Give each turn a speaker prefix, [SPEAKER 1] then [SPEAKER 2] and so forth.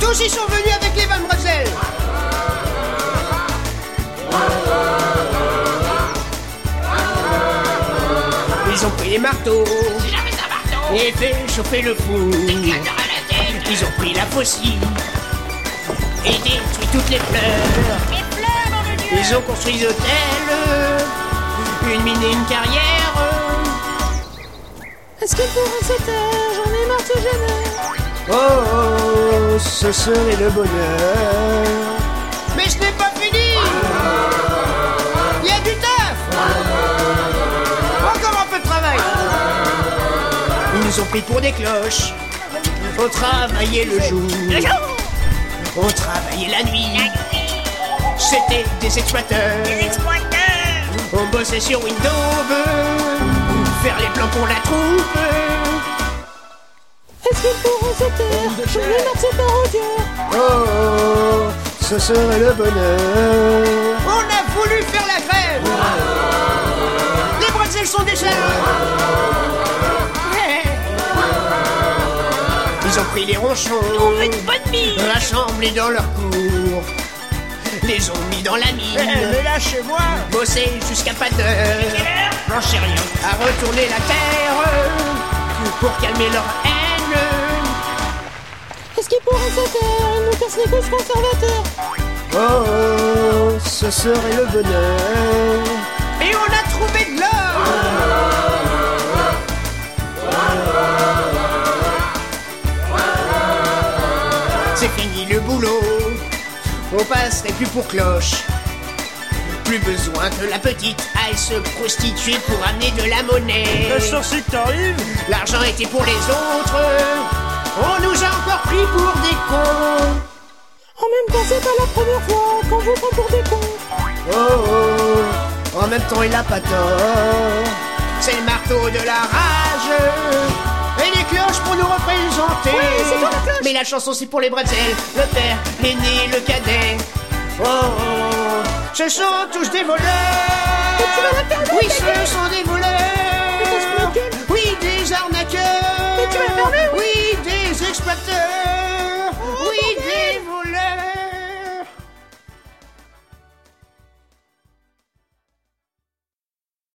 [SPEAKER 1] tous ils sont venus avec les Van Brussels. Ils ont pris les marteaux,
[SPEAKER 2] Si jamais ça marteau,
[SPEAKER 1] et fait chauffer le four.
[SPEAKER 2] claque de relatives.
[SPEAKER 1] Ils ont pris la faucille et détruit toutes les fleurs.
[SPEAKER 2] Et pleure, mon Dieu.
[SPEAKER 1] Ils ont construit des hôtels, une mine et une carrière.
[SPEAKER 3] Est-ce qu'il pourrait s'éteindre J'en ai marre de ce jeune homme.
[SPEAKER 1] Oh, oh, ce serait le bonheur. Mais ce n'est pas fini Il y a du taf Encore un peu de travail Ils nous ont pris pour des cloches. On travaillait le jour. On travaillait la nuit. C'était des exploiteurs.
[SPEAKER 2] Exploiteur.
[SPEAKER 1] On bossait sur Windows, faire les plans pour la troupe.
[SPEAKER 3] Est-ce qu'il pourrait s'éteindre J'en ai marre de cette ordure.
[SPEAKER 1] Oh, ce serait le bonheur. On a voulu faire la fête. Les Bruxelles sont des Ils ont pris les ronchons,
[SPEAKER 2] Une bonne mine.
[SPEAKER 1] rassemblés dans leur cour. Les ont mis dans la mine. Eh, mais lâchez-moi. Bosser jusqu'à pas d'heure. J'en sais rien. À retourner la terre pour calmer leur haine.
[SPEAKER 3] Est-ce qu'il pourrait s'éteindre Il nous casse les couches conservateurs.
[SPEAKER 1] Oh, ce serait le bonheur. Et on a trouvé de l'or. C'est fini le boulot. On passerait plus pour cloche. Plus besoin que la petite aille se prostituer pour amener de la monnaie.
[SPEAKER 4] La sorcière que t'arrives
[SPEAKER 1] L'argent était pour les autres. On nous a encore pris pour des cons.
[SPEAKER 3] En même temps, c'est pas la première fois qu'on vous prend pour des cons.
[SPEAKER 1] Oh, oh, en même temps il a pas tort. C'est le marteau de la rage et les cloches pour nous représenter.
[SPEAKER 3] c'est toi, la cloche.
[SPEAKER 1] Mais la chanson c'est pour les bretelles, le père, l'aîné, le cadet. Oh, oh, ce sont tous des voleurs.
[SPEAKER 3] tu vas la fermer,
[SPEAKER 1] oui,
[SPEAKER 3] ta
[SPEAKER 1] ce
[SPEAKER 3] gueule.
[SPEAKER 1] sont des voleurs.
[SPEAKER 3] Mais t'as ce maquin.
[SPEAKER 1] Oui, des arnaqueurs.
[SPEAKER 3] tu vas la fermer, Oh,
[SPEAKER 1] Oui, des exploiteurs.